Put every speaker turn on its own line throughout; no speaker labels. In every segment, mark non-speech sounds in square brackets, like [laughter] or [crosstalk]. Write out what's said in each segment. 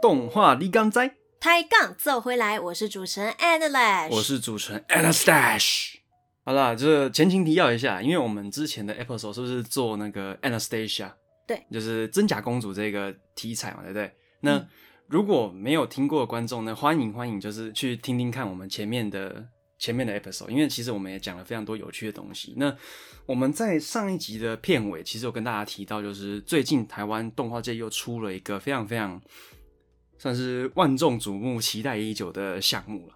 动画你敢知？
抬杠走回来，我是主持人 Adelash，
我是主持人 Anastash。好啦，这前情提要一下，因为我们之前的 episode 是不是做那个 Anastasia？
对，
就是真假公主这个题材嘛，对不对？那、
嗯
如果没有听过的观众呢，欢迎欢迎，就是去听听看我们前面的前面的 episode，因为其实我们也讲了非常多有趣的东西。那我们在上一集的片尾，其实有跟大家提到，就是最近台湾动画界又出了一个非常非常算是万众瞩目、期待已久的项目了。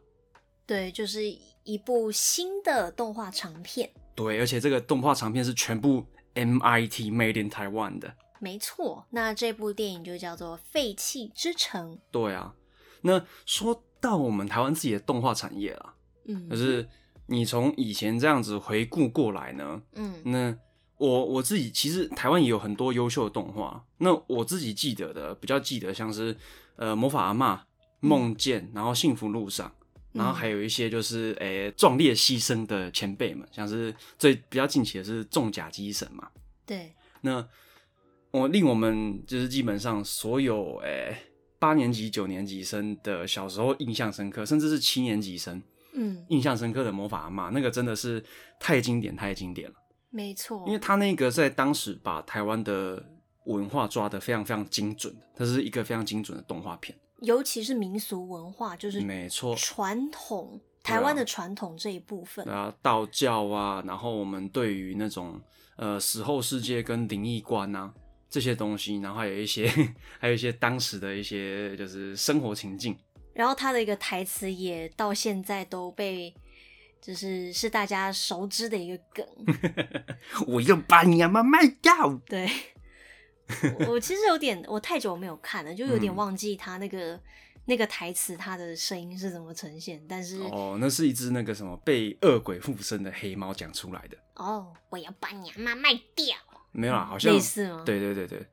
对，就是一部新的动画长片，
对，而且这个动画长片是全部 MIT Made in Taiwan 的。
没错。那这部电影就叫做《废弃之城》，
对啊，那说到我们台湾自己的动画产业啦，
嗯，
可是你从以前这样子回顾过来呢，
嗯
那我我自己其实台湾也有很多优秀的动画，那我自己记得的比较记得像是呃魔法阿嬷、梦见，然后幸福路上。然后还有一些就是诶壮烈牺牲的前辈们，像是最比较近期的是重甲机神嘛。
对，
那我令我们就是基本上所有诶八、年级、九年级生的小时候印象深刻，甚至是七年级生
嗯，
印象深刻的魔法阿嬷，那个真的是太经典太经典了，
没错，
因为他那个在当时把台湾的文化抓得非常非常精准的，它是一个非常精准的动画片，
尤其是民俗文化，就是
没错。
传统
对啊
台湾的传统这一部分，
啊，道教啊，然后我们对于那种呃死后世界跟灵异观啊这些东西，然后还有一些 [laughs] 还有一些当时的一些就是生活情境，
然后他的一个台词也到现在都被。就是是大家熟知的一个梗，
我要把你阿妈卖掉。 [laughs]
对，我我其实有点，我太久没有看了，就有点
嗯
忘记他那个、那个台词，他的声音是怎么呈现。但是哦
哦，那是一只那个什么被恶鬼附身的黑猫讲出来的，
哦我要把你阿妈卖掉，
没有啦，好像
嗯类似吗？，
对对对对。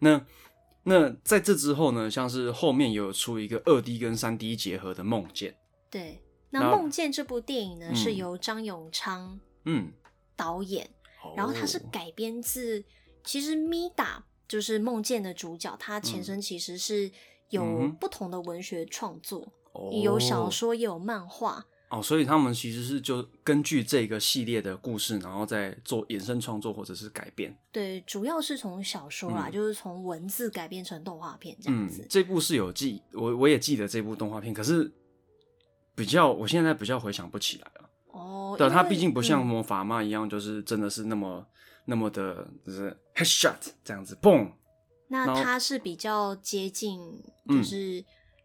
那那在这之后呢，像是后面有出一个二 D 跟三 D 结合的梦见，
对。那
那
《梦见》这部电影呢，
嗯
是由张永昌
嗯，
导演，然后它是
哦
改编自其实米达就是《梦见》的主角，他前身其实是
嗯
有
哼
不同的文学创作，有小说也有漫画，
哦，所以他们其实是就根据这个系列的故事，然后再做衍生创作或者是改编。
对，主要是从小说啦，
嗯
就是从文字改编成动画片这样
嗯
子，。
这部是有记，我我也记得这部动画片，可是比较我现在比较回想不起来了。
哦，
对啊，
因
它
为
毕竟不像
嗯
魔法嘛一样，就是真的是那么那么的，就是 headshot 这样子，嘣。
那
然后
它是比较接近，
嗯
就是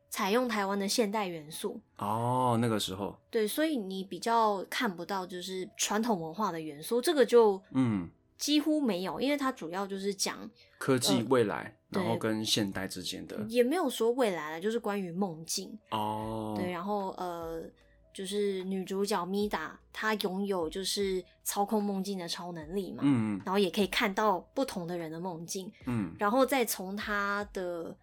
采用台湾的现代元素。
哦，那个时候，
对，所以你比较看不到就是传统文化的元素，这个就
嗯，
几乎没有，因为它主要就是讲，
科技未来，
嗯对嗯
然后跟现代之间的
也没有说未来了，就是关于梦境。
哦，
对，然后呃，就是女主角米达，她拥有就是操控梦境的超能力嘛，
嗯
然后也可以看到不同的人的梦境，
嗯
然后再从他的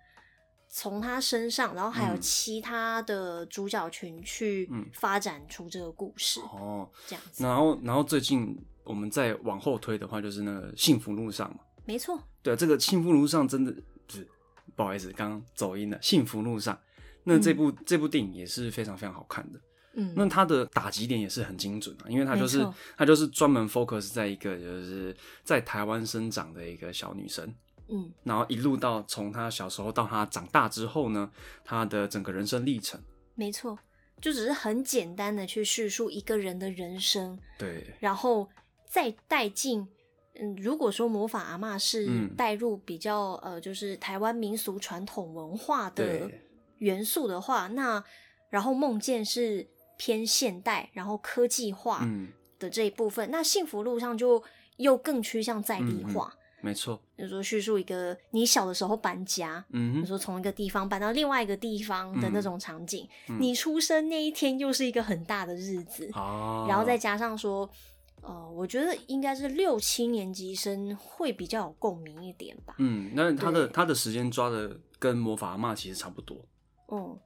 从他身上，然后还有
嗯
其他的主角群去
嗯
发展出这个故事，
哦，
这样子。
然后，然后最近我们再往后推的话，就是那个幸福路上嘛。
没错，
对、啊，这个幸福路上真的不是不好意思，刚刚走音了。幸福路上，那这部、这部电影也是非常非常好看的。
嗯，
那它的打击点也是很精准啊，因为它就是
没错
它就是专门 focus 在一个就是在台湾生长的一个小女生，
嗯
然后一路到从她小时候到她长大之后呢，她的整个人生历程。
没错，就只是很简单的去叙述一个人的人生，
对，
然后再带进。嗯，如果说魔法阿嬷是
嗯
带入比较、呃，就是台湾民俗传统文化的
对
元素的话，那然后梦见是偏现代，然后科技化
嗯，
的这一部分，那幸福路上就又更趋向在
嗯
地化，
没错，
比如说叙述一个你小的时候搬家。比
嗯
如
哼，
说从一个地方搬到另外一个地方
嗯
的那种场景，你出生那一天又是一个很大的日子，
哦，
然后再加上说，呃，我觉得应该是六七年级生会比较有共鸣一点吧。
嗯，那他的
对
他的时间抓的跟魔法阿嬷其实差不多，
嗯，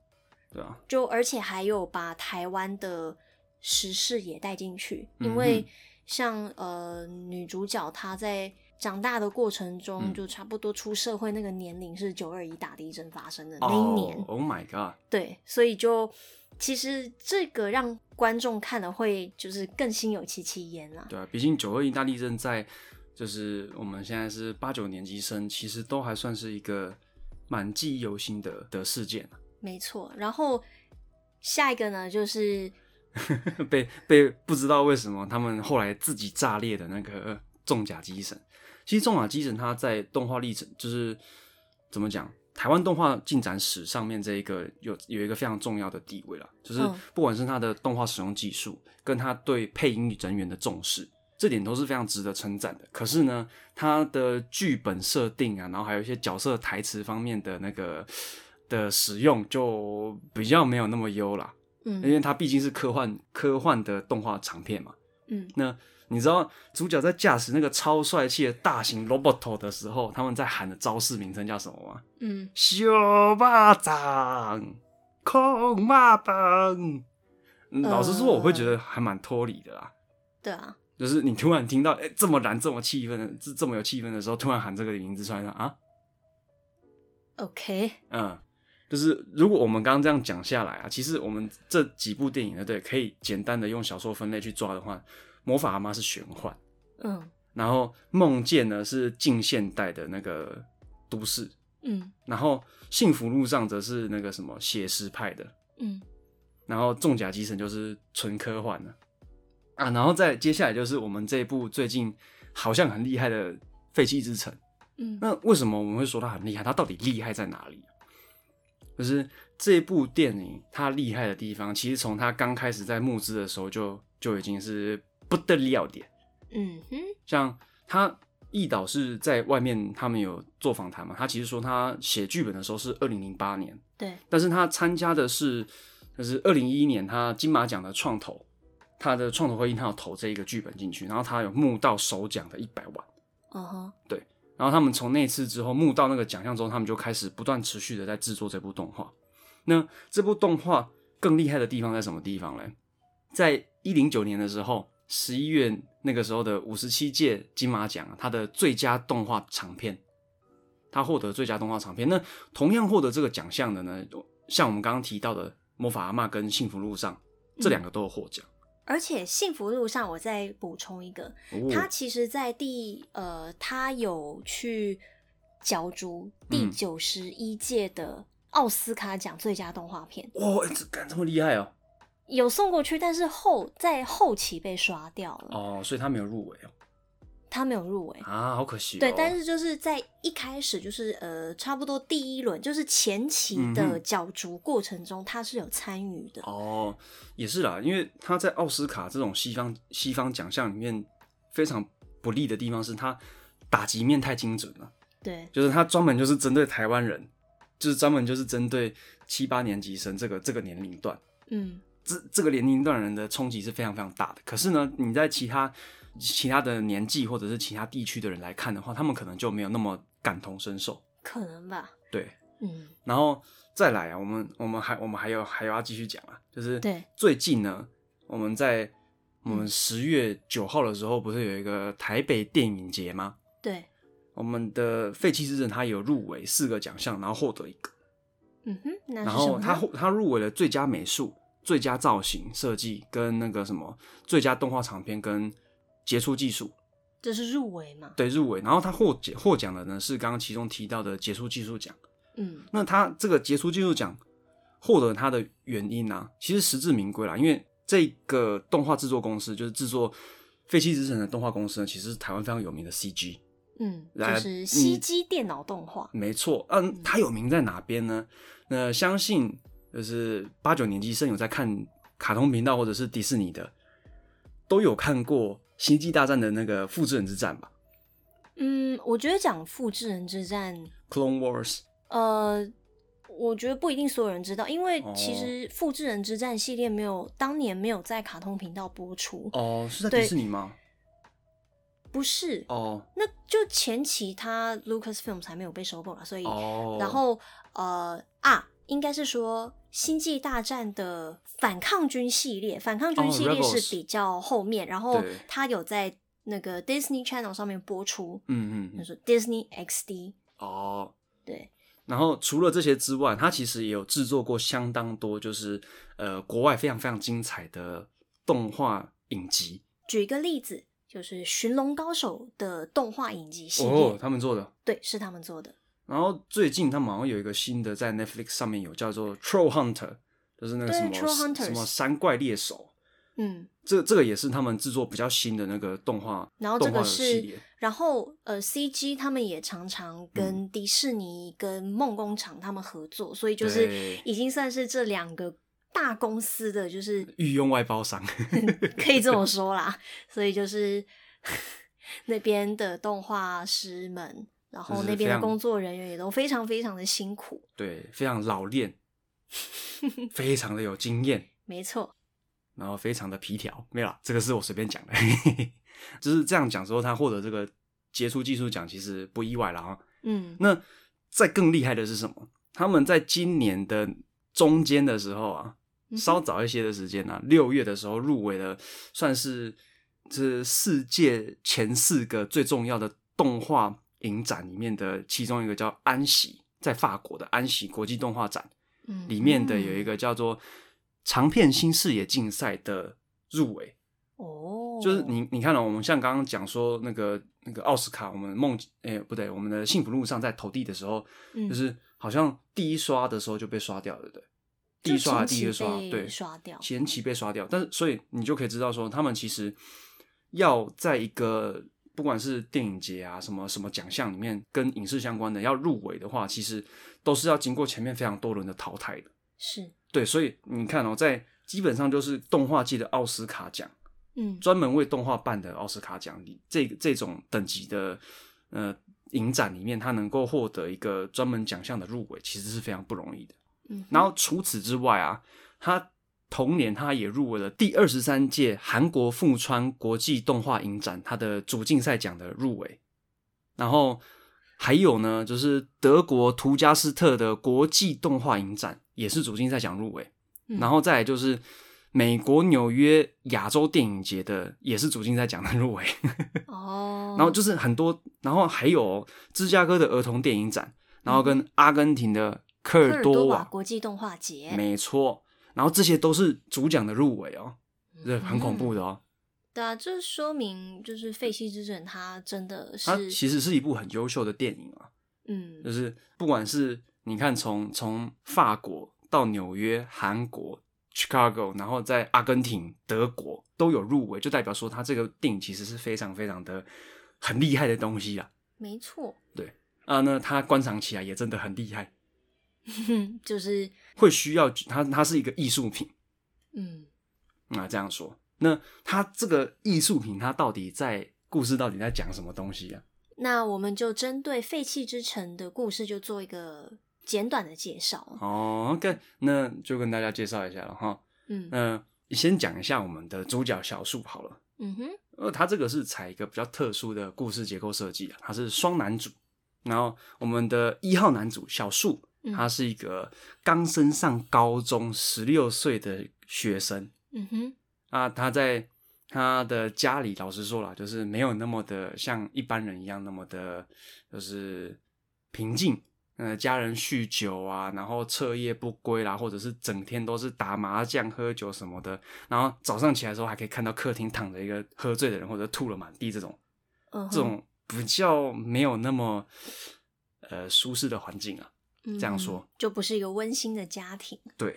对啊，
就而且还有把台湾的时事也带进去，
嗯
因
哼
为像呃女主角她在长大的过程中，
嗯
就差不多出社会那个年龄是九二一大地震发生的那一年。
哦、，Oh my god！
对，所以就其实这个让观众看了会就是更心有戚戚焉啦。
对啊，毕竟九二一大地震在就是我们现在是八九年级生，其实都还算是一个蛮记忆犹新的的事件，
没错，然后下一个呢就是
[laughs] 被被不知道为什么他们后来自己炸裂的那个重甲机神。其实重甲机神它在动画历程就是怎么讲？台湾动画进展史上面这一个有有一个非常重要的地位了，就是
嗯
不管是它的动画使用技术，跟它对配音人员的重视，这点都是非常值得称赞的。可是呢，它的剧本设定啊，然后还有一些角色台词方面的那个的使用，就比较没有那么优啦。因
嗯
为它毕竟是科幻科幻的动画长片嘛。
嗯
那你知道主角在驾驶那个超帅气的大型 robot 的时候，他们在喊的招式名称叫什么吗？
嗯，
小巴掌，空巴掌。嗯老实说，我会觉得还蛮脱离的啦。
对啊，
就是你突然听到，哎、这么燃、这么气氛的、这这么有气氛的时候，突然喊这个名字出来，啊，
OK，
嗯，就是如果我们刚刚这样讲下来啊，其实我们这几部电影呢，对，可以简单的用小说分类去抓的话，《魔法阿妈》是玄幻，
嗯
然后《梦见》呢是近现代的那个都市，
嗯
然后《幸福路上》则是那个什么写实派的，
嗯
然后《重甲机神》就是纯科幻的啊然后再接下来就是我们这一部最近好像很厉害的《废弃之城》。
嗯
那为什么我们会说它很厉害？它到底厉害在哪里？啊就是这部电影它厉害的地方，其实从它刚开始在募资的时候就就已经是不得了点。
嗯哼
像他易导是在外面他们有做访谈嘛，他其实说他写剧本的时候是二零零八年，
对，
但是他参加的是就是二零一一年他金马奖的创投，他的创投会议他有投这一个剧本进去，然后他有募到首奖的一百万。
嗯哼，
然后他们从那次之后募到那个奖项之后，他们就开始不断持续的在制作这部动画。那这部动画更厉害的地方在什么地方嘞？在一零九年的时候，十一月那个时候的五十七届金马奖啊，它的最佳动画长片，它获得最佳动画长片。那同样获得这个奖项的呢，像我们刚刚提到的《魔法阿嬷》跟《幸福路上》这两个都有获奖。
而且幸福路上我再补充一个，他
哦，
其实，在第呃，他有去角逐第
嗯
九十一届的奥斯卡奖最佳动画片，
哇、这敢这么厉害哦！
有送过去，但是后在后期被刷掉了，
哦，所以他没有入围哦。
他没有入围。
啊，好可惜、哦。
对，但是就是在一开始，就是呃，差不多第一轮，就是前期
嗯
的
哼
角逐过程中，他是有参与的。
哦，也是啦，因为他在奥斯卡这种西方西方奖项里面非常不利的地方是，他打击面太精准了，
对，
就是他专门就是针对台湾人，就是专门就是针对七八年级生这个这个年龄段，
嗯
这这个年龄段人的冲击是非常非常大的。可是呢，你在其他其他的年纪或者是其他地区的人来看的话，他们可能就没有那么感同身受，
可能吧。
对。
嗯
然后再来啊，我们我们还我们还有还有要继续讲啊，就是
对嗯
最近呢，我们在我们十月九号的时候，不是有一个台北电影节吗？
对，
我们的《废弃之城》它有入围四个奖项，然后获得一个，
嗯哼，那
然
是什
后
么呢？
它获它入围了最佳美术、最佳造型设计跟那个什么最佳动画长片跟杰出技术，
这是入围嘛？
对入围。然后它获奖获奖的呢是刚刚其中提到的杰出技术奖。
嗯
那他这个杰出技术奖获得他的原因啊，其实实至名归啦，因为这个动画制作公司就是制作《废弃之城》的动画公司呢，其实是台湾非常有名的 CG。
嗯，
来
就是吸
你
机电脑动画。
没错，嗯、它有名在哪边呢？那相信就是八九年级生有在看卡通频道或者是迪士尼的，都有看过《星际大战》的那个复制人之战吧
嗯，我觉得讲复制人之战，
，Clone Wars。
呃，我觉得不一定所有人知道，因为
哦
其实复制人之战系列没有当年没有在卡通频道播出，
哦，是在
对
迪士尼吗？
不是。
哦
那就前期他 Lucasfilm 还没有被收购了，所以、
哦，
然后呃啊，应该是说《星际大战》的反抗军系列，反抗军
哦
系列
，Rebels
是比较后面，然后
对
他有在那个 Disney Channel 上面播出，
嗯嗯
那
嗯，
时候 Disney XD，
哦。
对，
然后除了这些之外，它其实也有制作过相当多，就是呃国外非常非常精彩的动画影集
举一个例子，就是《寻龙高手》的动画影集系列，
哦，他们做的。
对，是他们做的。
然后最近他们好像有一个新的在 Netflix 上面有叫做《Troll Hunter》，就是那个
对
什么
Troll Hunters
什么山怪猎手，
嗯，
这这个也是他们制作比较新的那个动画，
然后这
动画
个
的系
是
列，
然后呃，CG 他们也常常
嗯
跟迪士尼、跟梦工厂他们合作，所以就是
对
已经算是这两个大公司的，
[laughs]
就是
御用外包
[laughs]
商。
可以这么说啦。所以就是 [laughs] 那边的动画师们，然
就
后
是
那边
非
的
常
工作人员也都非常非常的辛苦，
对，非常老
[laughs]
练，非常的有经验，
没错，
然后非常的皮条。没有啦，这个是我随便讲的， [laughs] 就是这样讲说他获得这个杰出技术奖其实不意外了啊。
嗯，
那再更厉害的是什么？他们在今年的中间的时候啊，
嗯哼
稍早一些的时间呢、啊，六月的时候入围了，算是这世界前四个最重要的动画影展里面的其中一个叫安息，在法国的安息国际动画展
嗯
里面的有一个叫做长片新视野竞赛的入围。
哦，
就是你你看了、我们像刚刚讲说那个那个奥斯卡，我们梦诶、不对，我们的幸福路上在投递的时候，
嗯
就是好像第一刷的时候就被刷掉了，对不对？第一刷还是第二刷
就前期被
对
刷掉嗯
前期被刷掉，但是所以你就可以知道说，他们其实要在一个不管是电影节啊什么什么奖项里面跟影视相关的要入围的话，其实都是要经过前面非常多轮的淘汰的。
嗯是
对，所以你看哦，在基本上就是动画界的奥斯卡奖。
嗯
专门为动画办的奥斯卡奖里，这这种等级的呃影展里面，它能够获得一个专门奖项的入围，其实是非常不容易的。
嗯哼，
然后除此之外啊，他同年他也入围了第二十三届韩国富川国际动画影展他的主竞赛奖的入围，然后还有呢，就是德国图加斯特的国际动画影展也是主竞赛奖入围。
嗯
然后再来就是美国纽约亚洲电影节的也是主竞赛奖的入围，
哦，
然后就是很多，然后还有芝加哥的儿童电影展，然后跟阿根廷的科
科
尔
尔
多
多瓦
瓦，
国际动画节，
没错，然后这些都是主奖的入围哦，这很恐怖
嗯。
的哦。
对啊，这说明就是《废墟之枕》它真的
它
是，
其实是一部很优秀的电影啊，就
嗯
是不管是你看从从法国到纽约、韩国、Chicago，然后在阿根廷、德国都有入围，就代表说它这个电影其实是非常非常的很厉害的东西啦。
没错， [laughs]
啊，那它观赏起来也真的很厉害，
就是
会需要它它是一个艺术品
嗯
啊，这样说。那它这个艺术品，它到底在故事到底在讲什么东西啊？
那我们就针对《废弃之城》的故事就做一个简短的介绍。
哦，OK，那就跟大家介绍一下了哈。
嗯
那先讲一下我们的主角小树好了。
嗯哼，
呃，它这个是采一个比较特殊的故事结构设计啊，它是双男主。然后我们的一号男主小树，
嗯
他是一个刚升上高中十六岁的学生
嗯哼，
啊，他在他的家里，老实说啦，就是没有那么的像一般人一样那么的，就是平静。呃，家人酗酒啊，然后彻夜不归啦，或者是整天都是打麻将、喝酒什么的，然后早上起来的时候还可以看到客厅躺着一个喝醉的人，或者吐了满地这种，
嗯哼，
这种比较没有那么呃舒适的环境啊。
这
样说
嗯就不是一个温馨的家庭。
对，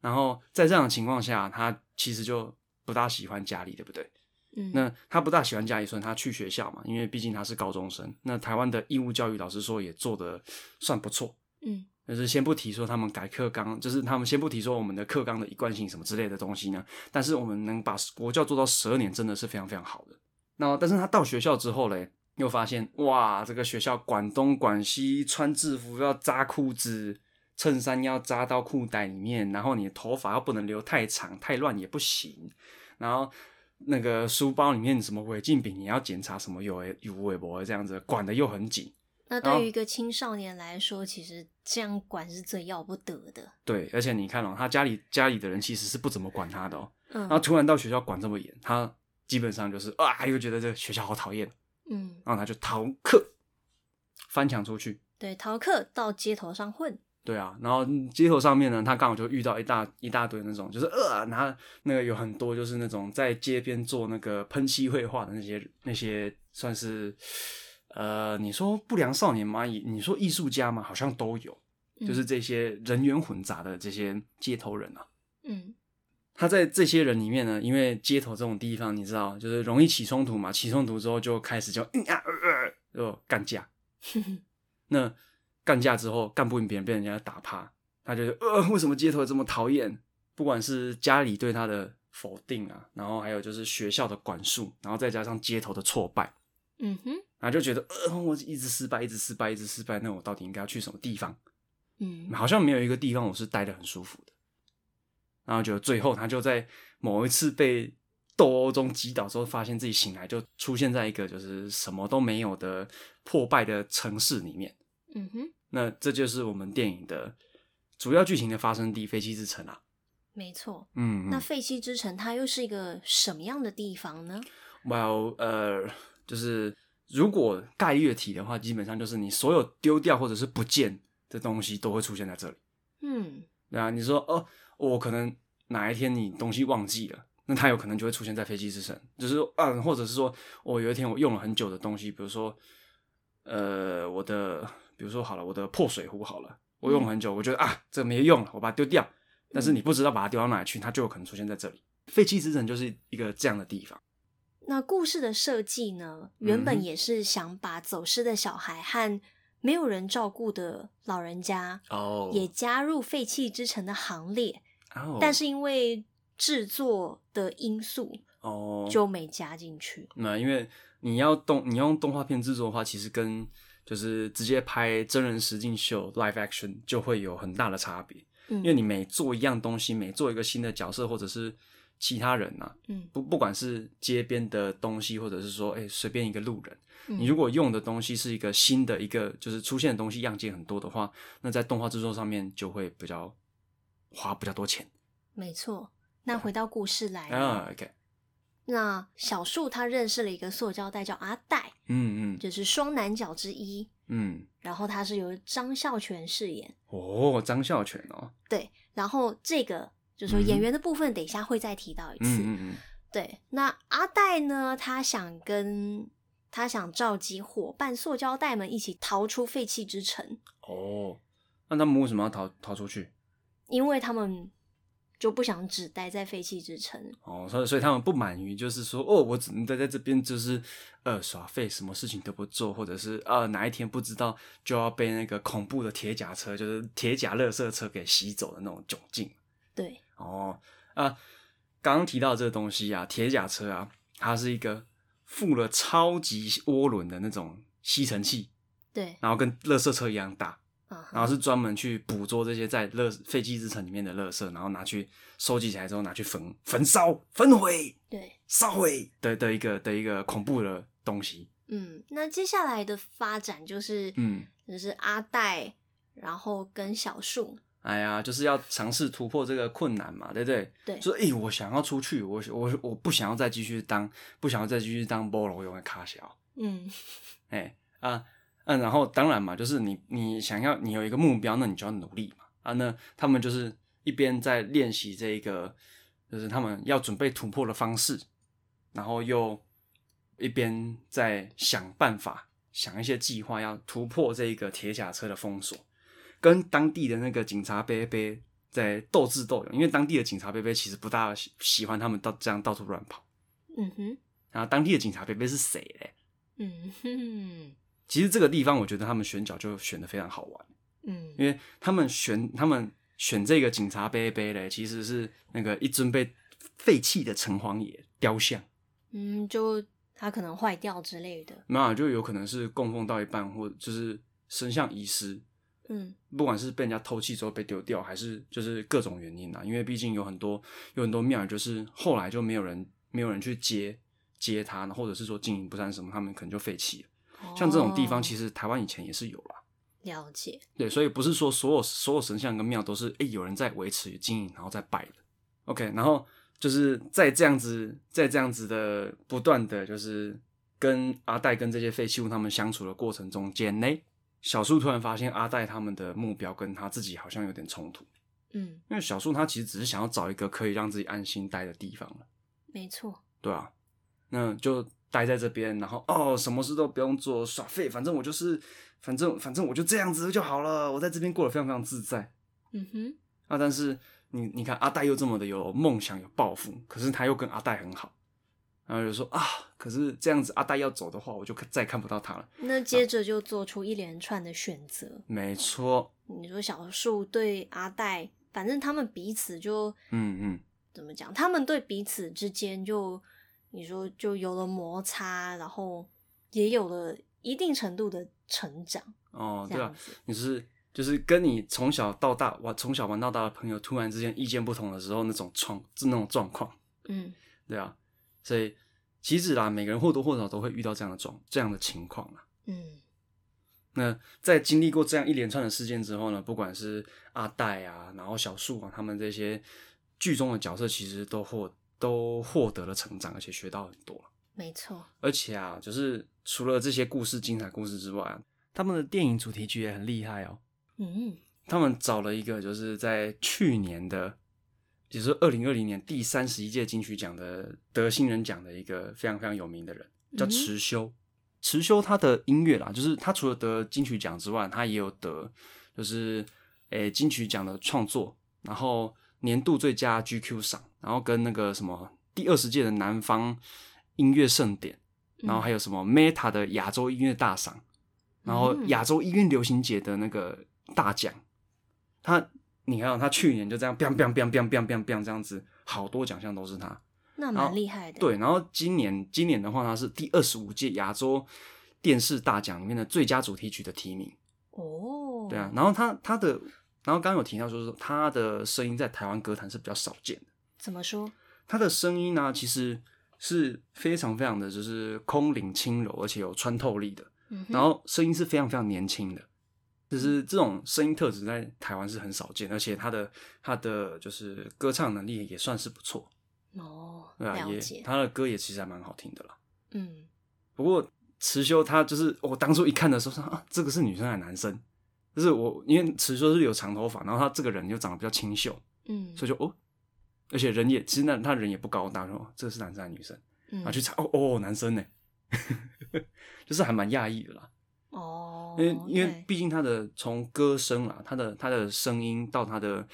然后在这样的情况下，他其实就不大喜欢家里，对不对？
嗯，
那他不大喜欢家里，所以他去学校嘛，因为毕竟他是高中生。那台湾的义务教育，老师说也做的算不错，
嗯
就是先不提说他们改课纲，就是他们先不提说我们的课纲的一贯性什么之类的东西呢，但是我们能把国教做到十二年，真的是非常非常好的。那但是他到学校之后嘞，又发现哇，这个学校管东管西，穿制服要扎裤子，衬衫要扎到裤袋里面，然后你的头发又不能留太长，太乱也不行，然后。那个书包里面什么违禁品，你要检查什么有诶有微博这样子，管的又很紧，
那
然后
对于一个青少年来说，其实这样管是最要不得的。
对，而且你看哦，他家里家里的人其实是不怎么管他的哦，然后
嗯
突然到学校管这么严，他基本上就是啊，又觉得这个学校好讨厌，
嗯，
然后他就逃课，翻墙出去。
对，逃课到街头上混，
对啊，然后街头上面呢，他刚好就遇到一大一大堆那种，就是呃，拿那个有很多就是那种在街边做那个喷漆绘画的那些那些，算是呃，你说不良少年吗？你你说艺术家吗？好像都有，
嗯
就是这些人员混杂的这些街头人啊。
嗯
他在这些人里面呢，因为街头这种地方，你知道，就是容易起冲突嘛，起冲突之后就开始就嗯啊呃呃，就干架。
嗯
那干架之后干不赢别人，被人家打趴，他就觉得呃，为什么街头这么讨厌？不管是家里对他的否定啊，然后还有就是学校的管束，然后再加上街头的挫败，
嗯哼，
然后就觉得呃，我一直失败，一直失败，一直失败，那我到底应该要去什么地方？
嗯
好像没有一个地方我是待的很舒服的。然后就最后他就在某一次被斗殴中击倒之后，发现自己醒来就出现在一个就是什么都没有的破败的城市里面。
嗯哼，
那这就是我们电影的主要剧情的发生地——废弃之城啊。
没错。
嗯，
那废弃之城它又是一个什么样的地方呢？
well，呃，就是如果概略体的话，基本上就是你所有丢掉或者是不见的东西都会出现在这里。
嗯
对啊，你说哦，我可能哪一天你东西忘记了，那它有可能就会出现在飞机之神，就是啊，或者是说我、有一天我用了很久的东西，比如说呃我的，比如说好了，我的破水壶好了，我用了很久，我觉得啊这个没用了，我把它丢掉，但是你不知道把它丢到哪里去，它就有可能出现在这里。废弃之城就是一个这样的地方，
那故事的设计呢，原
嗯
本
哼
也是想把走失的小孩和没有人照顾的老人家
哦
也加入废弃之城的行列，
哦，
但是因为制作的因素
哦
就没加进去。
那因为你要动，你用动画片制作的话，其实跟就是直接拍真人实境秀 live action 就会有很大的差别，
嗯，
因为你每做一样东西，每做一个新的角色或者是其他人呐、
嗯
不不管是街边的东西，或者是说哎随、便一个路人，
嗯
你如果用的东西是一个新的一个就是出现的东西样件很多的话，那在动画制作上面就会比较花比较多钱
没错。那回到故事来了，
啊。OK，
那小树他认识了一个塑胶袋叫阿袋，
嗯嗯
就是双男角之一，
嗯，
然后他是由张孝全饰演。
哦，张孝全哦，
对，然后这个就说
嗯
演员的部分，等一下会再提到一次。
嗯嗯嗯，
对，那阿黛呢，他想跟他想召集伙伴塑胶袋们一起逃出废弃之城，
哦，那他们为什么要逃逃出去？
因为他们就不想只待在废弃之城。
哦，所以所以他们不满于就是说，哦，我只能待在这边，就是呃耍废，什么事情都不做，或者是呃哪一天不知道就要被那个恐怖的铁甲车，就是铁甲垃圾车给吸走的那种窘境。
对，
哦，啊、刚刚提到这个东西啊，铁甲车啊，它是一个附了超级涡轮的那种吸尘器，
对，
然后跟垃圾车一样大。
啊哈，
然后是专门去捕捉这些在垃废弃之城里面的垃圾，然后拿去收集起来之后拿去焚焚烧、焚毁、
对，
烧毁的的一个的一个恐怖的东西。
嗯，那接下来的发展就是，
嗯，
就是阿黛，然后跟小树，
哎呀，就是要尝试突破这个困难嘛，对不对？
对，
说，哎、我想要出去，我我我不想要再继续当，不想要再继续当菠萝用的卡小，
嗯
哎啊嗯、然后当然嘛，就是你你想要你有一个目标，那你就要努力嘛啊，那他们就是一边在练习这一个，就是他们要准备突破的方式，然后又一边在想办法，想一些计划要突破这一个铁甲车的封锁，跟当地的那个警察贝贝在斗智斗勇，因为当地的警察贝贝其实不大喜喜欢他们到这样到处乱跑，
嗯哼，
然后当地的警察贝贝是谁嘞？
嗯哼，
其实这个地方，我觉得他们选角就选的非常好玩，
嗯
因为他们选他们选这个警察杯杯嘞，其实是那个一尊被废弃的城隍爷雕像，
嗯，就它可能坏掉之类的，
那就有可能是供奉到一半，或就是神像遗失，
嗯
不管是被人家偷弃之后被丢掉，还是就是各种原因啊，因为毕竟有很多有很多庙宇，就是后来就没有人没有人去接接它，或者是说经营不善什么，他们可能就废弃了。
哦
像这种地方，其
实
实台湾以前也是有啦。
了解，
对，所以不是说所有所有神像跟庙都是诶有人在维持与经营，然后再拜的。OK，然后就是在这样子，在这样子的不断的就是跟阿戴跟这些废弃物他们相处的过程中间呢，小树突然发现阿戴他们的目标跟他自己好像有点冲突，
嗯，
因为小树他其实只是想要找一个可以让自己安心待的地方了，
没错，
对啊，那就待在这边，然后哦，什么事都不用做，耍废，反正我就是，反正反正我就这样子就好了，我在这边过得非常非常自在。
嗯哼，
啊，但是你你看阿戴又这么的有梦想有抱负，可是他又跟阿戴很好，然后就说啊，可是这样子阿戴要走的话，我就看再也看不到他了。
那接着就做出一连串的选择。
没错，
你说小树对阿黛，反正他们彼此就
嗯嗯，
怎么讲？他们对彼此之间就你说就有了摩擦，然后也有了一定程度的成长，
哦，
这
对啊
样，子。
你是就是跟你从小到大玩从小玩到大的朋友，突然之间意见不同的时候，那种创是那种状况，
嗯
对啊，所以其实啦，每个人或多或少都会遇到这样的状这样的情况啦。
嗯
那在经历过这样一连串的事件之后呢，不管是阿戴啊，然后小树啊，他们这些剧中的角色，其实都获都获得了成长，而且学到很多。
没错。
而且啊，就是除了这些故事精彩故事之外、啊，他们的电影主题曲也很厉害哦。
嗯
他们找了一个就是在去年的，也就是二零二零年第三十一届金曲奖的得新人奖的一个非常非常有名的人，叫
嗯
池修。池修他的音乐啦，就是他除了得金曲奖之外，他也有得就是诶、金曲奖的创作，然后年度最佳 GQ 赏，然后跟那个什么第二十届的南方音乐盛典，然后
嗯
还有什么 Meta 的亚洲音乐大赏，然后
嗯
亚洲音乐流行节的那个大奖，他你看哦他去年就这样 biang biang biang biang biang biang biang 这样子，好多奖项都是他。
那
然后
蛮厉害的。
对，然后今年今年的话，他是第二十五届亚洲电视大奖里面的最佳主题曲的提名。
哦，
对啊，然后他他的，然后刚刚有提到就是说他的声音在台湾歌坛是比较少见的。
怎么说？
他的声音呢、其实是非常非常的就是空灵轻柔，而且有穿透力的。
嗯哼，
然后声音是非常非常年轻的，就是这种声音特质在台湾是很少见，而且他的他的就是歌唱能力也算是不错，
哦，
对啊，
了
也
解。
他的歌也其实还蛮好听的啦。
嗯
不过池修他就是我当初一看的时候说啊，这个是女生还是男生？就是我因为池修是有长头发，然后他这个人又长得比较清秀，
嗯，
所以就哦，而且人也其实那他人也不高大，说哦这个是男生还是女生？
嗯
然后去查哦哦男生呢， [laughs] 就是还蛮讶异的啦。
哦，
因为因为
对
毕竟他的从歌声啦，他的他的声音到他的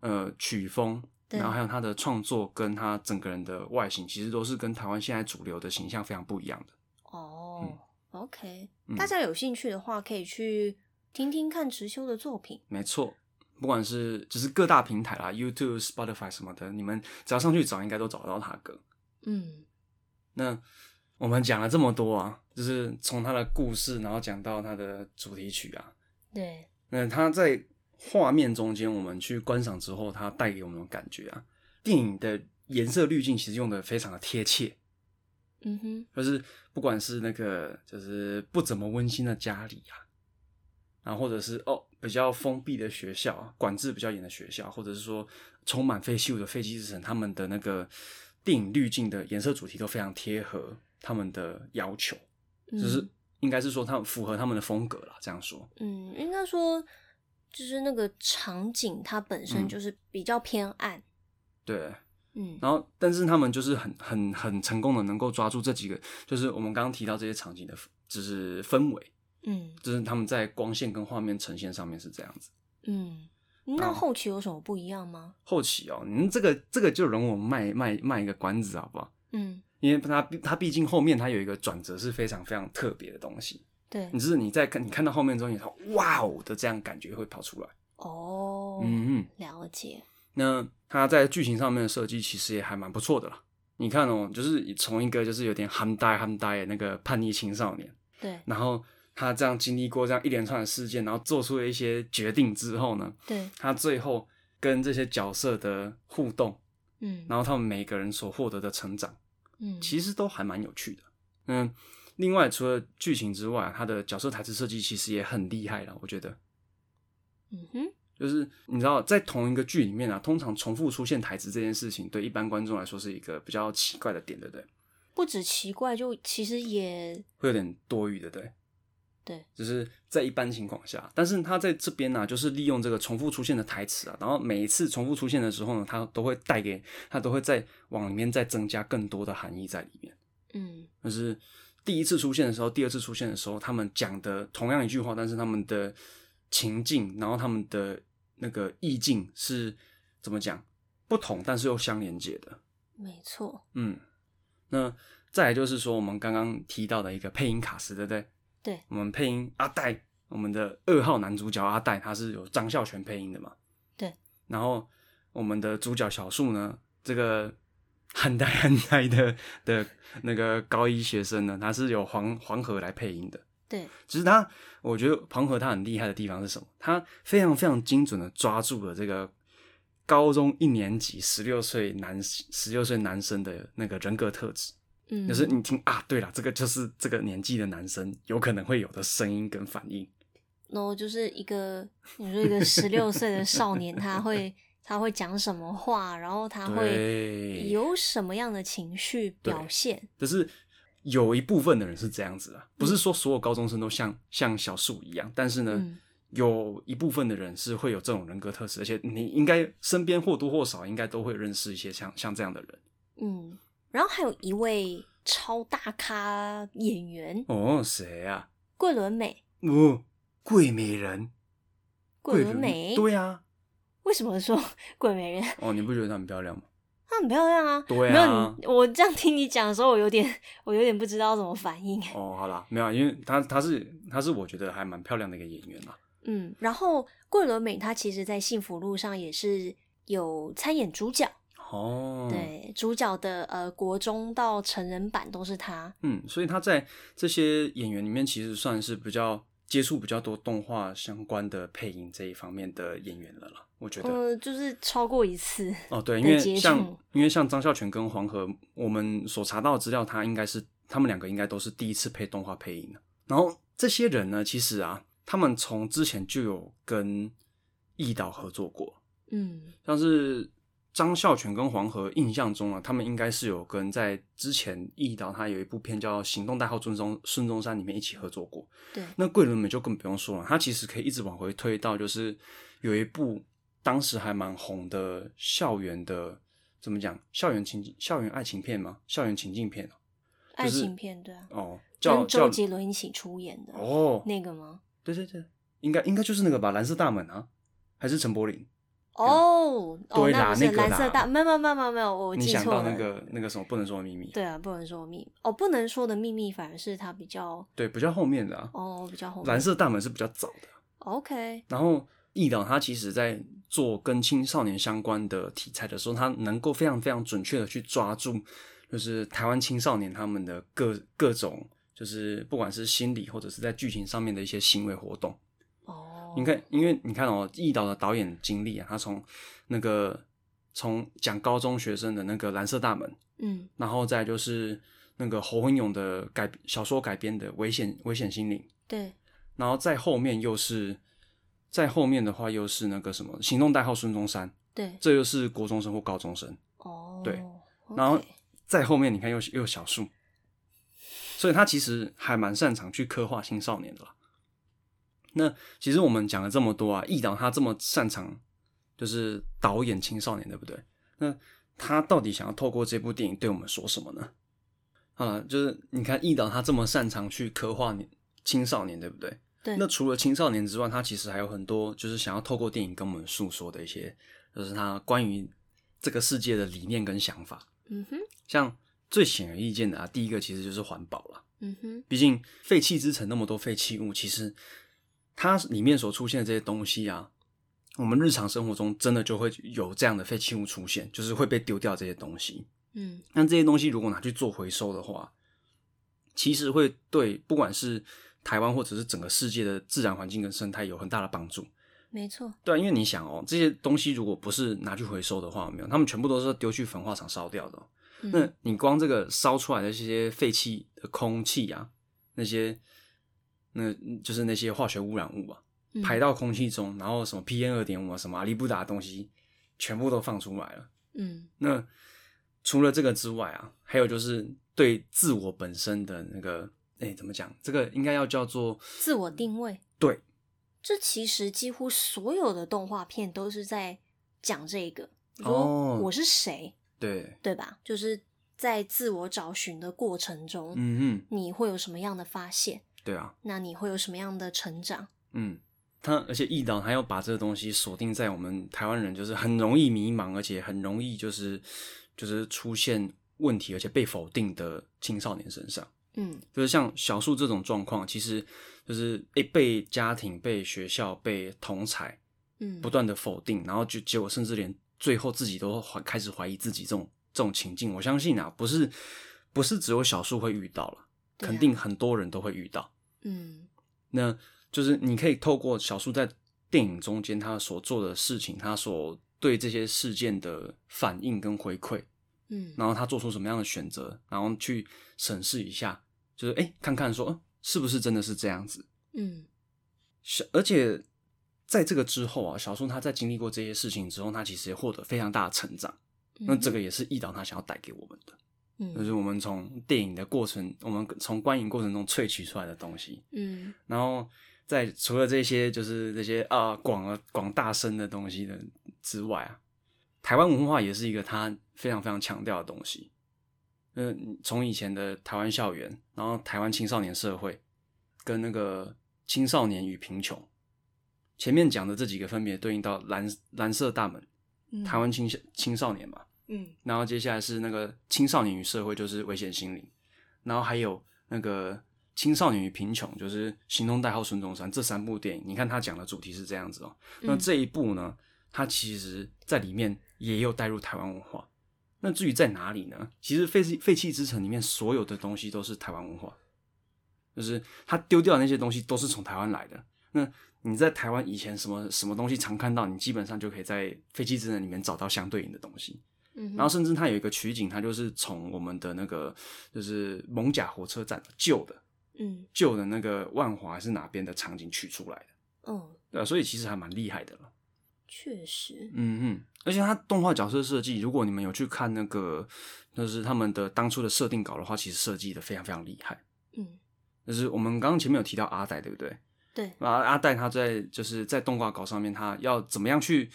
呃曲风，
对
然后还有他的创作跟他整个人的外形，其实都是跟台湾现在主流的形象非常不一样的。
哦，OK，
嗯
大家有兴趣的话可以去听听看池修的作品。
没错，不管是就是各大平台啦，YouTube、Spotify 什么的，你们只要上去找，应该都找得到他的歌。
嗯
那我们讲了这么多啊，就是从他的故事，然后讲到他的主题曲啊，
对，
那它在画面中间，我们去观赏之后，它带给我们的感觉啊，电影的颜色滤镜其实用的非常的贴切，
嗯哼，
就是不管是那个就是不怎么温馨的家里啊，然后或者是哦比较封闭的学校啊，管制比较严的学校，或者是说充满废弃物的废弃之城，他们的那个电影滤镜的颜色主题都非常贴合他们的要求，就是
嗯
应该是说他们符合他们的风格啦，这样说。
嗯，应该说就是那个场景它本身
嗯
就是比较偏暗。
对，
嗯
然后，但是他们就是很很很成功的能够抓住这几个，就是我们刚刚提到这些场景的，就是氛围，
嗯
就是他们在光线跟画面呈现上面是这样子。
嗯，那
好
后期有什么不一样吗？
后期哦，您这个这个就容我卖卖卖一个关子好不好？
嗯，
因为它它毕竟后面它有一个转折是非常非常特别的东西，
对
你，就是你在看你看到后面之后，你说哇哦的这样感觉会跑出来。
哦，
嗯嗯，
了解。
那它在剧情上面的设计其实也还蛮不错的啦。你看哦，就是从一个就是有点憨呆憨呆的那个叛逆青少年。
对
然后他这样经历过这样一连串的事件，然后做出了一些决定之后呢，
对，
他最后跟这些角色的互动，
嗯
然后他们每个人所获得的成长，
嗯，
其实都还蛮有趣的。嗯，另外除了剧情之外，他的角色台词设计其实也很厉害了，我觉得。
嗯哼，
就是你知道，在同一个剧里面啊，通常重复出现台词这件事情，对一般观众来说是一个比较奇怪的点，对不对？
不止奇怪，就其实也
会有点多余的，对不对。
对，
就是在一般情况下，但是他在这边呢、啊就是利用这个重复出现的台词啊，然后每一次重复出现的时候呢，他都会带给他都会再往里面再增加更多的含义在里面。
嗯，
就是第一次出现的时候，第二次出现的时候，他们讲的同样一句话，但是他们的情境，然后他们的那个意境是怎么讲不同，但是又相连接的。
没错，
嗯，那再来就是说我们刚刚提到的一个配音卡司，对不对？
对，
我们配音阿戴，我们的二号男主角阿戴，他是有张孝全配音的嘛？
对。
然后我们的主角小树呢，这个汉代汉代的的那个高一学生呢，他是有黄黄河来配音的。
对，
只是他，我觉得庞和他很厉害的地方是什么？他非常非常精准的抓住了这个高中一年级十六岁男十六岁男生的那个人格特质，
嗯，
就是你听啊，对了，这个就是这个年纪的男生有可能会有的声音跟反应。
然后就是一个你说一个十六岁的少年，他会他会讲什么话，然后他会
对，
有什么样的情绪表
对
现？
就是有一部分的人是这样子啊，不是说所有高中生都像像小树一样，但是呢，
嗯
有一部分的人是会有这种人格特质，而且你应该身边或多或少应该都会认识一些像像这样的人。
嗯，然后还有一位超大咖演员
哦，谁啊？
桂纶镁，
哦，桂美人，
桂纶
纶
镁，
对啊。
为什么说 [laughs] 桂美人？
哦，你不觉得她很漂亮吗？
她很漂亮啊。
对
没
啊
有，你，我这样听你讲的时候，我有点，我有点不知道怎么反应。
哦，好啦，没有啊，因为她她是她是我觉得还蛮漂亮的一个演员啦。
嗯，然后桂纶镁她其实，在《幸福路上》也是有参演主角，
哦，，
对，主角的呃国中到成人版都是她。
嗯，所以她在这些演员里面其实算是比较接触比较多动画相关的配音这一方面的演员了啦。我觉得，
嗯、就是超过一次。
哦，对，因
的
为
接
像
触
因为像张孝全跟黄河，我们所查到的资料，他应该是他们两个应该都是第一次配动画配音的。然后这些人呢，其实啊，他们从之前就有跟艺导合作过，
嗯
像是张孝全跟黄河，印象中啊，他们应该是有跟在之前艺导他有一部片叫《行动代号孙中孙中山》里面一起合作过。
对
那桂纶镁就更不用说了，他其实可以一直往回推到，就是有一部当时还蛮红的校园的，怎么讲？校园情校园爱情片吗？校园情境片哦
爱
就是
情片对啊，
哦，叫
跟
叫
周杰伦一起出演的、
哦，
那个吗？
对对对，应该应该就是那个吧，蓝色大门啊，还是陈柏霖？
哦哦，
啊对
那
啦
不是
那个
蓝
啦
色大，没有没有没有没有没有，我
你
记
想
错
到
了。
那个那个什么不能说的秘密？
对啊，不能说的秘密哦，不能说的秘密反而是他比较
对，比较后面的啊，
哦比较后面
蓝色大门是比较早的。
OK，
然后易导他其实在做跟青少年相关的题材的时候，他能够非常非常准确的去抓住，就是台湾青少年他们的各各种，就是不管是心理或者是在剧情上面的一些行为活动。
哦，
你看，因为你看哦，易导的导演经历啊，他从那个从讲高中学生的那个《蓝色大门》，
嗯
然后再就是那个侯文勇的改小说改编的《危险危险心灵》，
对
然后在后面又是，在后面的话又是那个什么行动代号孙中山，
对
这又是国中生或高中生，
哦
对
OK，
然后在后面你看又又有小树，所以他其实还蛮擅长去刻画青少年的啦。那其实我们讲了这么多啊，易导他这么擅长就是导演青少年，对不对？那他到底想要透过这部电影对我们说什么呢？好了，就是你看易导他这么擅长去刻画年青少年，对不对？
对
那除了青少年之外，他其实还有很多就是想要透过电影跟我们诉说的一些，就是他关于这个世界的理念跟想法。
嗯哼
像最显而易见的啊，第一个其实就是环保了。
嗯哼
毕竟废弃之城那么多废弃物，其实它里面所出现的这些东西啊，我们日常生活中真的就会有这样的废弃物出现，就是会被丢掉这些东西。
嗯
那这些东西如果拿去做回收的话，其实会对不管是台湾或者是整个世界的自然环境跟生态有很大的帮助。
没错
对啊，因为你想哦，这些东西如果不是拿去回收的话，有没有，他们全部都是丢去焚化厂烧掉的哦、那
嗯
你光这个烧出来的这些废气的空气啊，那些那就是那些化学污染物啊，
嗯
排到空气中，然后什么 PM 二点五啊，什么阿里不达的东西，全部都放出来了。
嗯
那除了这个之外啊，还有就是对自我本身的那个，哎、怎么讲？这个应该要叫做
自我定位。
对，
这其实几乎所有的动画片都是在讲这个，你
哦
说我是谁，
对，
对吧？就是在自我找寻的过程中，
嗯嗯，
你会有什么样的发现？
对啊，
那你会有什么样的成长？
嗯。他而且易导还要把这个东西锁定在我们台湾人，就是很容易迷茫，而且很容易就是就是出现问题，而且被否定的青少年身上。
嗯
就是像小树这种状况，其实就是诶被家庭、被学校、被同才
嗯，
不断的否定，然后就结果甚至连最后自己都怀开始怀疑自己这种这种情境，我相信啊，不是不是只有小树会遇到了，
对啊
肯定很多人都会遇到。
嗯
那就是你可以透过小树在电影中间他所做的事情，他所对这些事件的反应跟回馈，
嗯
然后他做出什么样的选择，然后去审视一下，就是哎，诶看看说、呃是不是真的是这样子。
嗯
小而且在这个之后啊，小树他在经历过这些事情之后，他其实也获得非常大的成长。
嗯，
那这个也是易导他想要带给我们的，就
嗯
是我们从电影的过程，我们从观影过程中萃取出来的东西。
嗯
然后在除了这些就是这些啊广而广大深的东西的之外啊，台湾文化也是一个他非常非常强调的东西。嗯，从以前的台湾校园，然后台湾青少年社会，跟那个青少年与贫穷，前面讲的这几个分别对应到蓝蓝色大门，
嗯
台湾青少青少年嘛，
嗯
然后接下来是那个青少年与社会，就是危险心灵，然后还有那个青少年与贫穷，就是行动代号孙中山这三部电影，你看他讲的主题是这样子哦。那
嗯
这一部呢，它其实在里面也有带入台湾文化。那至于在哪里呢？其实废弃废弃之城里面所有的东西都是台湾文化，就是他丢掉的那些东西都是从台湾来的。那你在台湾以前什么什么东西常看到，你基本上就可以在废弃之城里面找到相对应的东西。
嗯，
然后甚至它有一个取景，它就是从我们的那个就是蒙甲火车站旧的
嗯
旧的那个万华还是哪边的场景取出来的，
嗯，
对啊、所以其实还蛮厉害的了。
确实，
嗯嗯，而且它动画角色设计，如果你们有去看那个就是他们的当初的设定稿的话，其实设计的非常非常厉害。
嗯
就是我们刚刚前面有提到阿呆，对不对？
对，
那阿戴他在就是在动画稿上面，他要怎么样去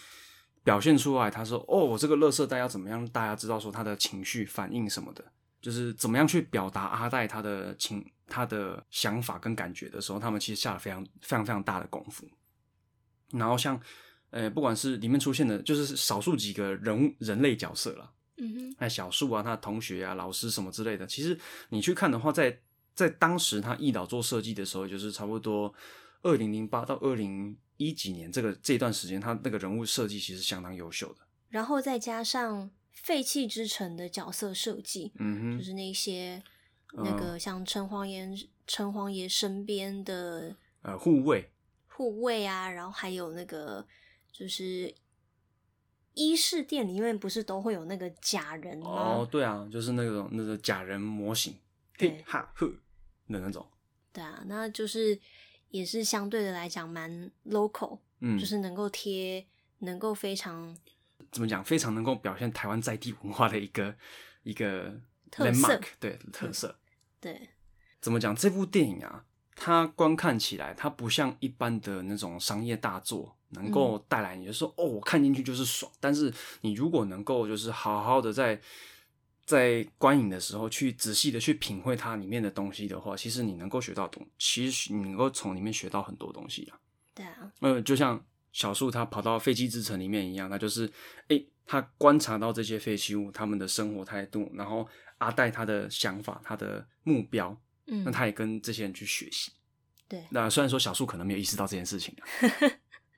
表现出来？他说：“哦，我这个乐色袋要怎么样？大家知道说他的情绪反应什么的，就是怎么样去表达阿戴他的情、他的想法跟感觉的时候，他们其实下了非常非常非常大的功夫。然后像呃，不管是里面出现的，就是少数几个人物人类角色啦，
嗯
那小树啊，他的同学啊、老师什么之类的，其实你去看的话，在在当时他易导做设计的时候，也就是差不多二零零八到二零一几年这个这段时间，他那个人物设计其实相当优秀的。
哼，然后再加上废弃之城的角色设计，
嗯
就
哼，
是那些
嗯
那个像城隍爷、城隍爷身边的
呃，护卫，
护卫啊，然后还有那个就是衣饰店里面不是都会有那个假人吗？
哦，对啊，就是那种那个假人模型，嘿
对
哈呵的那种，
对啊，那就是也是相对的来讲蛮 local，、
嗯，
就是能够贴，能够非常
怎么讲，非常能够表现台湾在地文化的一个一个
特色
landmark，对特色。
对，
怎么讲？这部电影啊，它观看起来，它不像一般的那种商业大作，能够带来你就说、哦，我看进去就是爽。但是你如果能够就是好好的在在观影的时候去仔细的去品味它里面的东西的话，其实你能够学到东，其实你能够从里面学到很多东西啊。
对啊，
呃，就像小树他跑到废弃之城里面一样，他就是诶，他观察到这些废弃物他们的生活态度，然后阿戴他的想法、他的目标，
嗯，
那他也跟这些人去学习。
对
那虽然说小树可能没有意识到这件事情、
[laughs]
啊，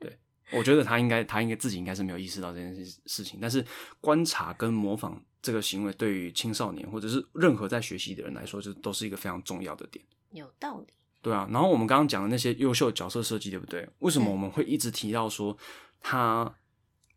对，我觉得他应该他应该自己应该是没有意识到这件事事情，但是观察跟模仿这个行为对于青少年或者是任何在学习的人来说，就都是一个非常重要的点。
有道理，
对啊，然后我们刚刚讲的那些优秀角色设计，对不对？为什么
嗯
我们会一直提到说他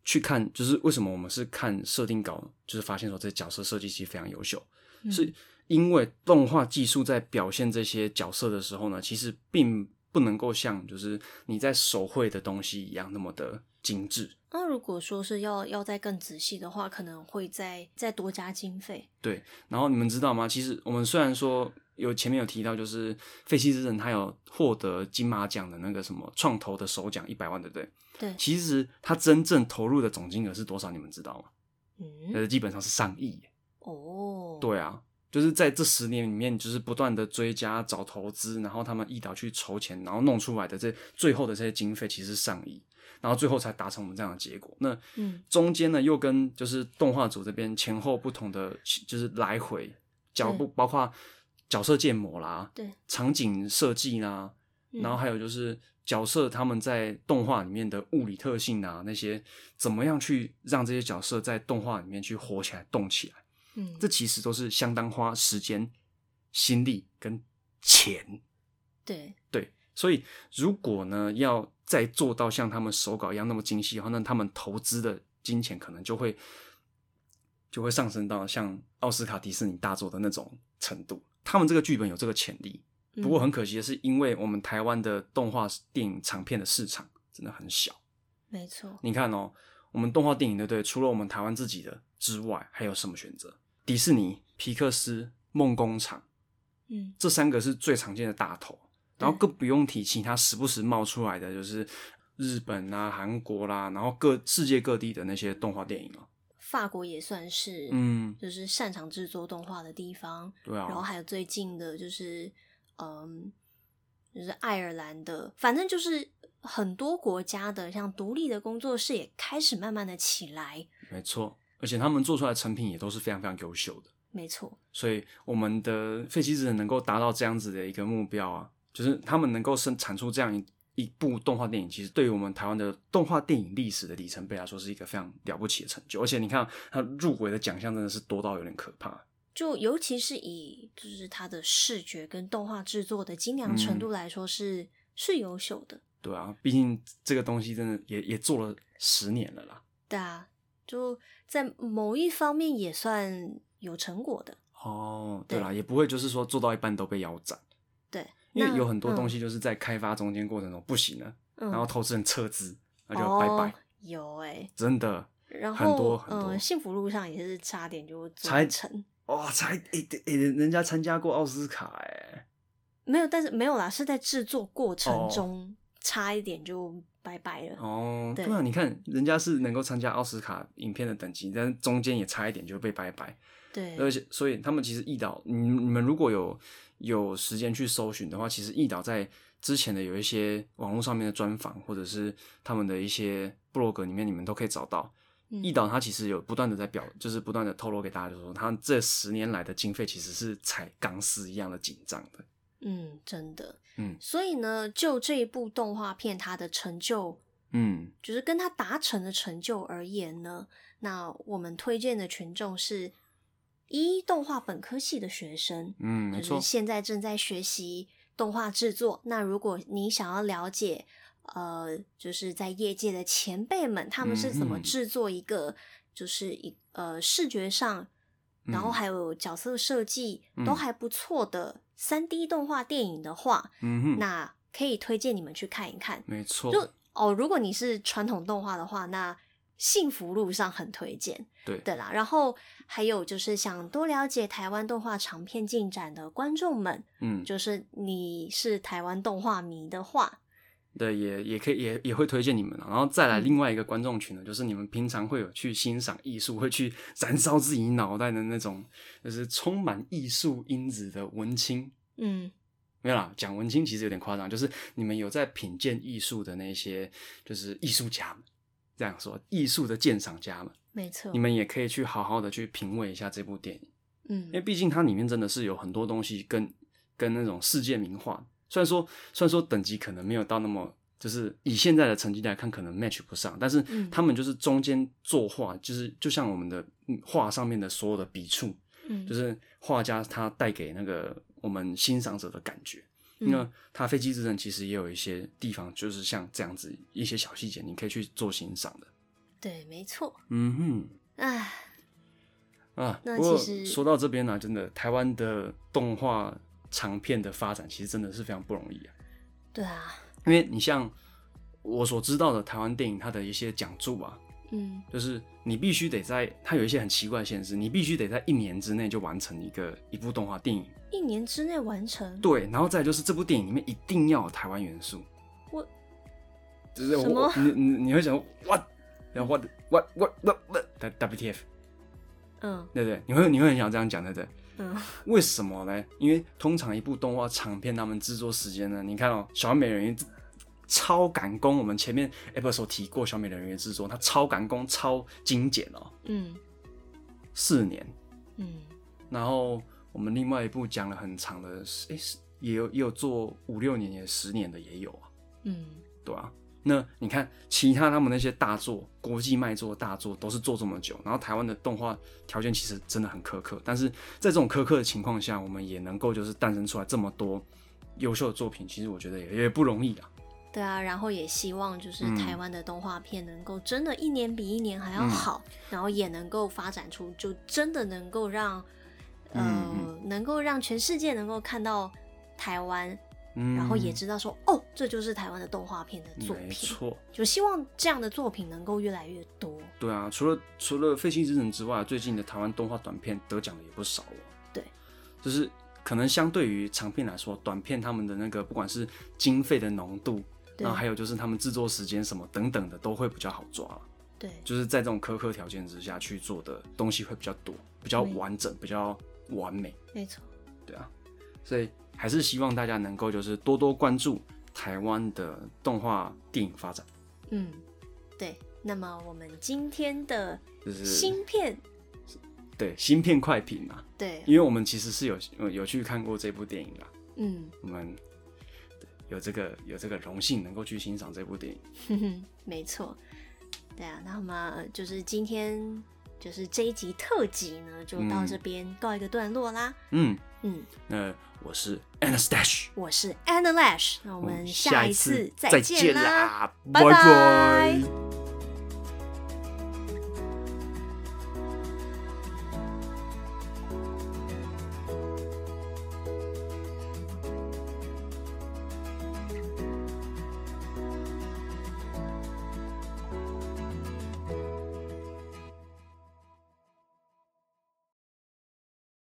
去看，就是为什么我们是看设定稿，就是发现说这角色设计其实非常优秀，
嗯
是因为动画技术在表现这些角色的时候呢，其实并不能够像就是你在手绘的东西一样那么的精致。
那如果说是要要再更仔细的话，可能会再再多加经费。
对，然后你们知道吗？其实我们虽然说有前面有提到，就是《废弃之城》它有获得金马奖的那个什么创投的首奖一百万，对不对？
对，
其实它真正投入的总金额是多少？你们知道吗？
嗯，
呃，基本上是上亿耶。
哦，，
对啊，就是在这十年里面，就是不断的追加找投资，然后他们一导去筹钱，然后弄出来的这最后的这些经费其实是上亿，然后最后才达成我们这样的结果。那
嗯
中间呢，又跟就是动画组这边前后不同的，就是来回脚步，包括角色建模啦，
对，
场景设计啦，
嗯
然后还有就是角色他们在动画里面的物理特性啊，那些怎么样去让这些角色在动画里面去活起来、动起来。
嗯，
这其实都是相当花时间、心力跟钱。
对，
对，所以如果呢要再做到像他们手稿一样那么精细的话，那他们投资的金钱可能就会就会上升到像奥斯卡、迪士尼大作的那种程度。他们这个剧本有这个潜力，不
嗯
过很可惜的是，因为我们台湾的动画电影长片的市场真的很小。
没错，
你看哦，我们动画电影对不对？除了我们台湾自己的之外，还有什么选择？迪士尼、皮克斯、梦工厂
嗯
这三个是最常见的大头，然后更不用提其他时不时冒出来的就是日本啊、韩国啦、然后各世界各地的那些动画电影啊。
法国也算是，，
嗯，
就是擅长制作动画的地方。
对
然后
啊，
还有最近的，就是嗯，就是爱尔兰的，反正就是很多国家的，像独立的工作室也开始慢慢的起来。
没错，而且他们做出来的成品也都是非常非常优秀的。
没错，
所以我们的废弃之人能够达到这样子的一个目标啊，就是他们能够生产出这样一一部动画电影，其实对于我们台湾的动画电影历史的里程碑来说，是一个非常了不起的成就。而且你看，啊它入围的奖项真的是多到有点可怕。
就尤其是以就是它的视觉跟动画制作的精良程
嗯
度来说是，是优秀的。
对啊，毕竟这个东西真的也也做了十年了啦。
对啊，就在某一方面也算有成果的。
哦，对啦，
对
也不会就是说做到一半都被腰斩，
对，
因
那
为有很多东
嗯
西就是在开发中间过程中不行了，
嗯、
然后投资人撤资，那就拜拜，
哦、有哎、
真的。
然
很
后
多很多
嗯，幸福路上也是差点就做
才
不成，
哇、才哦诶诶、欸人家参加过奥斯卡诶、
没有，但是没有啦，是在制作过
哦
程中、差一点就拜拜了。
哦，对
对
啊，你看人家是能够参加奥斯卡影片的等级，但是中间也差一点就被拜拜，
对，
而且所以他们其实易导，你你们如果有有时间去搜寻的话，其实易导在之前的有一些网络上面的专访，或者是他们的一些部落格里面，你们都可以找到。
嗯
易导他其实有不断的在表，就是不断的透露给大家，就是说他这十年来的经费其实是踩钢丝一样的紧张的。
嗯，真的，
嗯
所以呢，就这一部动画片它的成就，
嗯，
就是跟它达成的成就而言呢，那我们推荐的群众是一动画本科系的学生，
嗯，没
就
错
是，现在正在学习动画制作。那如果你想要了解，呃，就是在业界的前辈们他们是怎么
嗯嗯
制作一个，就是一呃视觉上，然后
嗯
还有角色设计、
嗯
都还不错的三 D 动画电影的话，
嗯哼，
那可以推荐你们去看一看。
没错，
就哦，如果你是传统动画的话，那。幸福路上很推荐，
对，
对啦。然后还有就是想多了解台湾动画长片进展的观众们，
嗯，
就是你是台湾动画迷的话，
对，也也可以，也也会推荐你们啊。然后再
嗯
来另外一个观众群呢，就是你们平常会有去欣赏艺术，会去燃烧自己脑袋的那种，就是充满艺术因子的文青。
嗯，
没有啦，讲文青其实有点夸张，就是你们有在品鉴艺术的那些，就是艺术家们，这样说，艺术的鉴赏家们，
没错
你，们也可以去好好的去品味一下这部电影。
嗯
因为毕竟它里面真的是有很多东西跟跟那种世界名画，虽然说虽然说等级可能没有到那么，就是以现在的成绩来看，可能 match 不上，但是
嗯
他们就是中间作画，就是就像我们的嗯画上面的所有的笔触，
嗯，
就是画家他带给那个我们欣赏者的感觉。
嗯
那他飞机之城其实也有一些地方，就是像这样子一些小细节，你可以去做欣赏的。
对，没错，
嗯哼。
唉，
啊，
那
不过
其实
说到这边呢、真的台湾的动画长片的发展其实真的是非常不容易啊。
对啊，
因为你像我所知道的台湾电影，它的一些奖助啊，
嗯
就是你必须得在它有一些很奇怪的限制，你必须得在一年之内就完成一个一部动画电影。
一年之内完成。
对，然后再来就是这部电影里面一定要有台湾元素。
我
就是
什
我
么
你你你会想 what，然后 what what what what what WTF，
嗯
对不对？你会你会很想这样讲，对不对？
嗯， [laughs]
为什么呢？因为通常一部动画长片，他们制作时间呢，你看哦，《小美人鱼》超赶工，我们前面 episode 提过，《小美人鱼》的制作，它超赶工、超精简哦，
嗯
四年。
嗯
然后我们另外一部讲了很长的，诶，是也有也有做五六年、也十年的也有啊，
嗯，
对啊。那你看，其他他们那些大作、国际卖座的大作都是做这么久，然后台湾的动画条件其实真的很苛刻，但是在这种苛刻的情况下，我们也能够就是诞生出来这么多优秀的作品，其实我觉得也也不容易啊。
对啊，然后也希望就是
嗯
台湾的动画片能够真的一年比一年还要
嗯
好，然后也能够发展出，就真的能够让，呃，
嗯
能够让全世界能够看到台湾，
嗯，
然后也知道说，哦，这就是台湾的动画片的作
没
品，
错，
就希望这样的作品能够越来越多。
对啊，除了除了《废弃之城》之外，最近的台湾动画短片得奖的也不少哦。
对，
就是可能相对于长片来说，短片他们的那个不管是经费的浓度，
对
然后还有就是他们制作时间什么等等的，都会比较好抓啦
对，
就是在这种苛刻条件之下去做的东西会比较多，比较
对
完整，比较完美，
没错，
对啊。所以还是希望大家能够就是多多关注台湾的动画电影发展，
嗯，对。那么我们今天的
就是
芯片，
对芯片快评啊。
对，
因为我们其实是有有有去看过这部电影啦，
嗯，
我们对有这个有这个荣幸能够去欣赏这部电影。
哼哼，没错，对啊，那么呃就是今天就是这一集特辑呢，就到
嗯
这边告一个段落啦。
嗯，
嗯，
那我是 Anastash，嗯
我是 Anna Lash，那我
我
们下一次
再
见啦，
啦，
拜
拜
拜